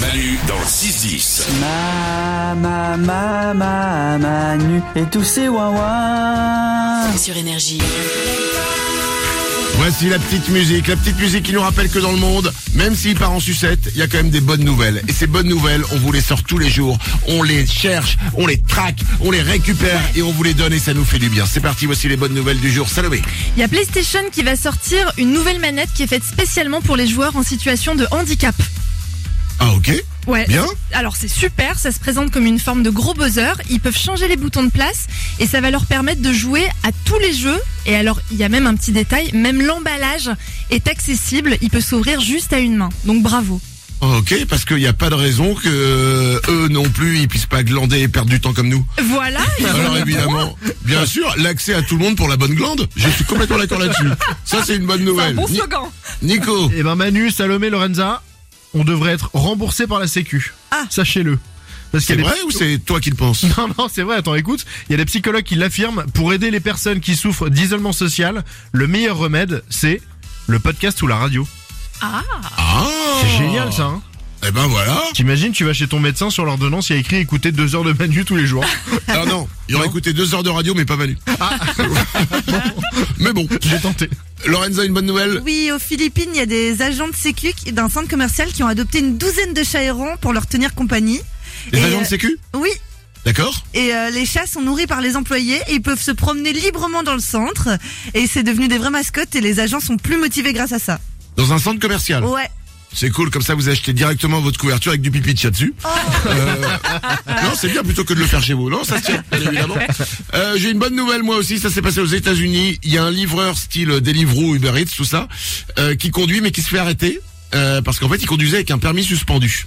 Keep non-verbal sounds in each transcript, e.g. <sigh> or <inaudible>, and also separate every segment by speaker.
Speaker 1: Manu dans le 6-10.
Speaker 2: Ma, ma, ma, ma, Manu et tous ces wawa.
Speaker 3: sur énergie.
Speaker 4: Voici la petite musique, la petite musique qui nous rappelle que dans le monde, même s'il part en sucette, il y a quand même des bonnes nouvelles. Et ces bonnes nouvelles, on vous les sort tous les jours, on les cherche, on les traque, on les récupère et on vous les donne et ça nous fait du bien. C'est parti, voici les bonnes nouvelles du jour. Salomé.
Speaker 5: Il y a PlayStation qui va sortir une nouvelle manette qui est faite spécialement pour les joueurs en situation de handicap.
Speaker 4: Ah ok,
Speaker 5: Ouais.
Speaker 4: bien.
Speaker 5: Alors c'est super, ça se présente comme une forme de gros buzzer. Ils peuvent changer les boutons de place et ça va leur permettre de jouer à tous les jeux. Et alors il y a même un petit détail, même l'emballage est accessible. Il peut s'ouvrir juste à une main. Donc bravo.
Speaker 4: Ah, Ok, parce qu'il n'y a pas de raison que euh, eux non plus, ils puissent pas glander et perdre du temps comme nous. <laughs>
Speaker 5: Voilà. ils ont
Speaker 4: Alors
Speaker 5: le droit.
Speaker 4: évidemment, bien sûr, l'accès à tout le monde pour la bonne glande, je suis complètement d'accord là-dessus. Ça c'est une bonne
Speaker 5: C'est un
Speaker 4: nouvelle.
Speaker 5: bon
Speaker 4: Ni-
Speaker 5: slogan.
Speaker 4: Nico,
Speaker 6: Eh ben Manu, Salomé, Lorenza, on devrait être remboursé par la Sécu.
Speaker 5: Ah.
Speaker 6: Sachez-le. Parce
Speaker 4: c'est
Speaker 6: qu'il y a des
Speaker 4: vrai ou c'est toi qui le penses
Speaker 6: <laughs> Non, non, c'est vrai, attends, écoute, il y a des psychologues qui l'affirment, pour aider les personnes qui souffrent d'isolement social, le meilleur remède, c'est le podcast ou la radio.
Speaker 4: Ah
Speaker 6: C'est génial ça, hein
Speaker 4: Eh ben voilà
Speaker 6: T'imagines, tu vas chez ton médecin, sur l'ordonnance, il y a écrit écouter deux heures de Manu tous les jours.
Speaker 4: Alors non, il aurait écouté deux heures de radio, mais pas Manu. mais bon,
Speaker 6: J'ai tenté.
Speaker 4: Lorenza, une bonne nouvelle
Speaker 7: Oui, aux Philippines, il y a des agents de sécu qui- d'un centre commercial qui ont adopté une douzaine de chats errants pour leur tenir compagnie.
Speaker 4: Les
Speaker 7: Et,
Speaker 4: agents de sécu
Speaker 7: euh, Oui,
Speaker 4: D'accord
Speaker 7: et euh, les chats sont nourris par les employés et ils peuvent se promener librement dans le centre. Et c'est devenu des vraies mascottes et les agents sont plus motivés grâce à ça.
Speaker 4: Dans un centre commercial.
Speaker 7: Ouais.
Speaker 4: C'est cool, comme ça vous achetez directement votre couverture avec du pipi de chat dessus.
Speaker 5: Oh.
Speaker 4: Euh, non, c'est bien plutôt que de le faire chez vous. Non, ça se tient, bien évidemment. Euh, J'ai une bonne nouvelle moi aussi, ça s'est passé aux états unis Il y a un livreur style Deliveroo, Uber Eats, tout ça, euh, qui conduit mais qui se fait arrêter euh, parce qu'en fait il conduisait avec un permis suspendu.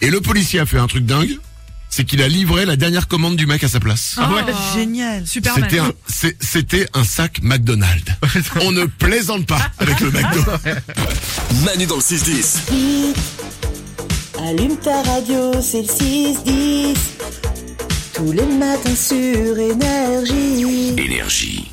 Speaker 4: Et le policier a fait un truc dingue, c'est qu'il a livré la dernière commande du mec à sa place.
Speaker 5: Ah,
Speaker 7: Oh, Génial.
Speaker 5: Super.
Speaker 4: C'était un, c'est- c'était un sac
Speaker 5: <laughs>
Speaker 4: McDonald's. On ne plaisante pas avec le McDo.
Speaker 1: Manu dans le 6-10.
Speaker 8: Allume ta radio, Oh, c'est le 6-10. Tous les matins sur énergie.
Speaker 1: Énergie.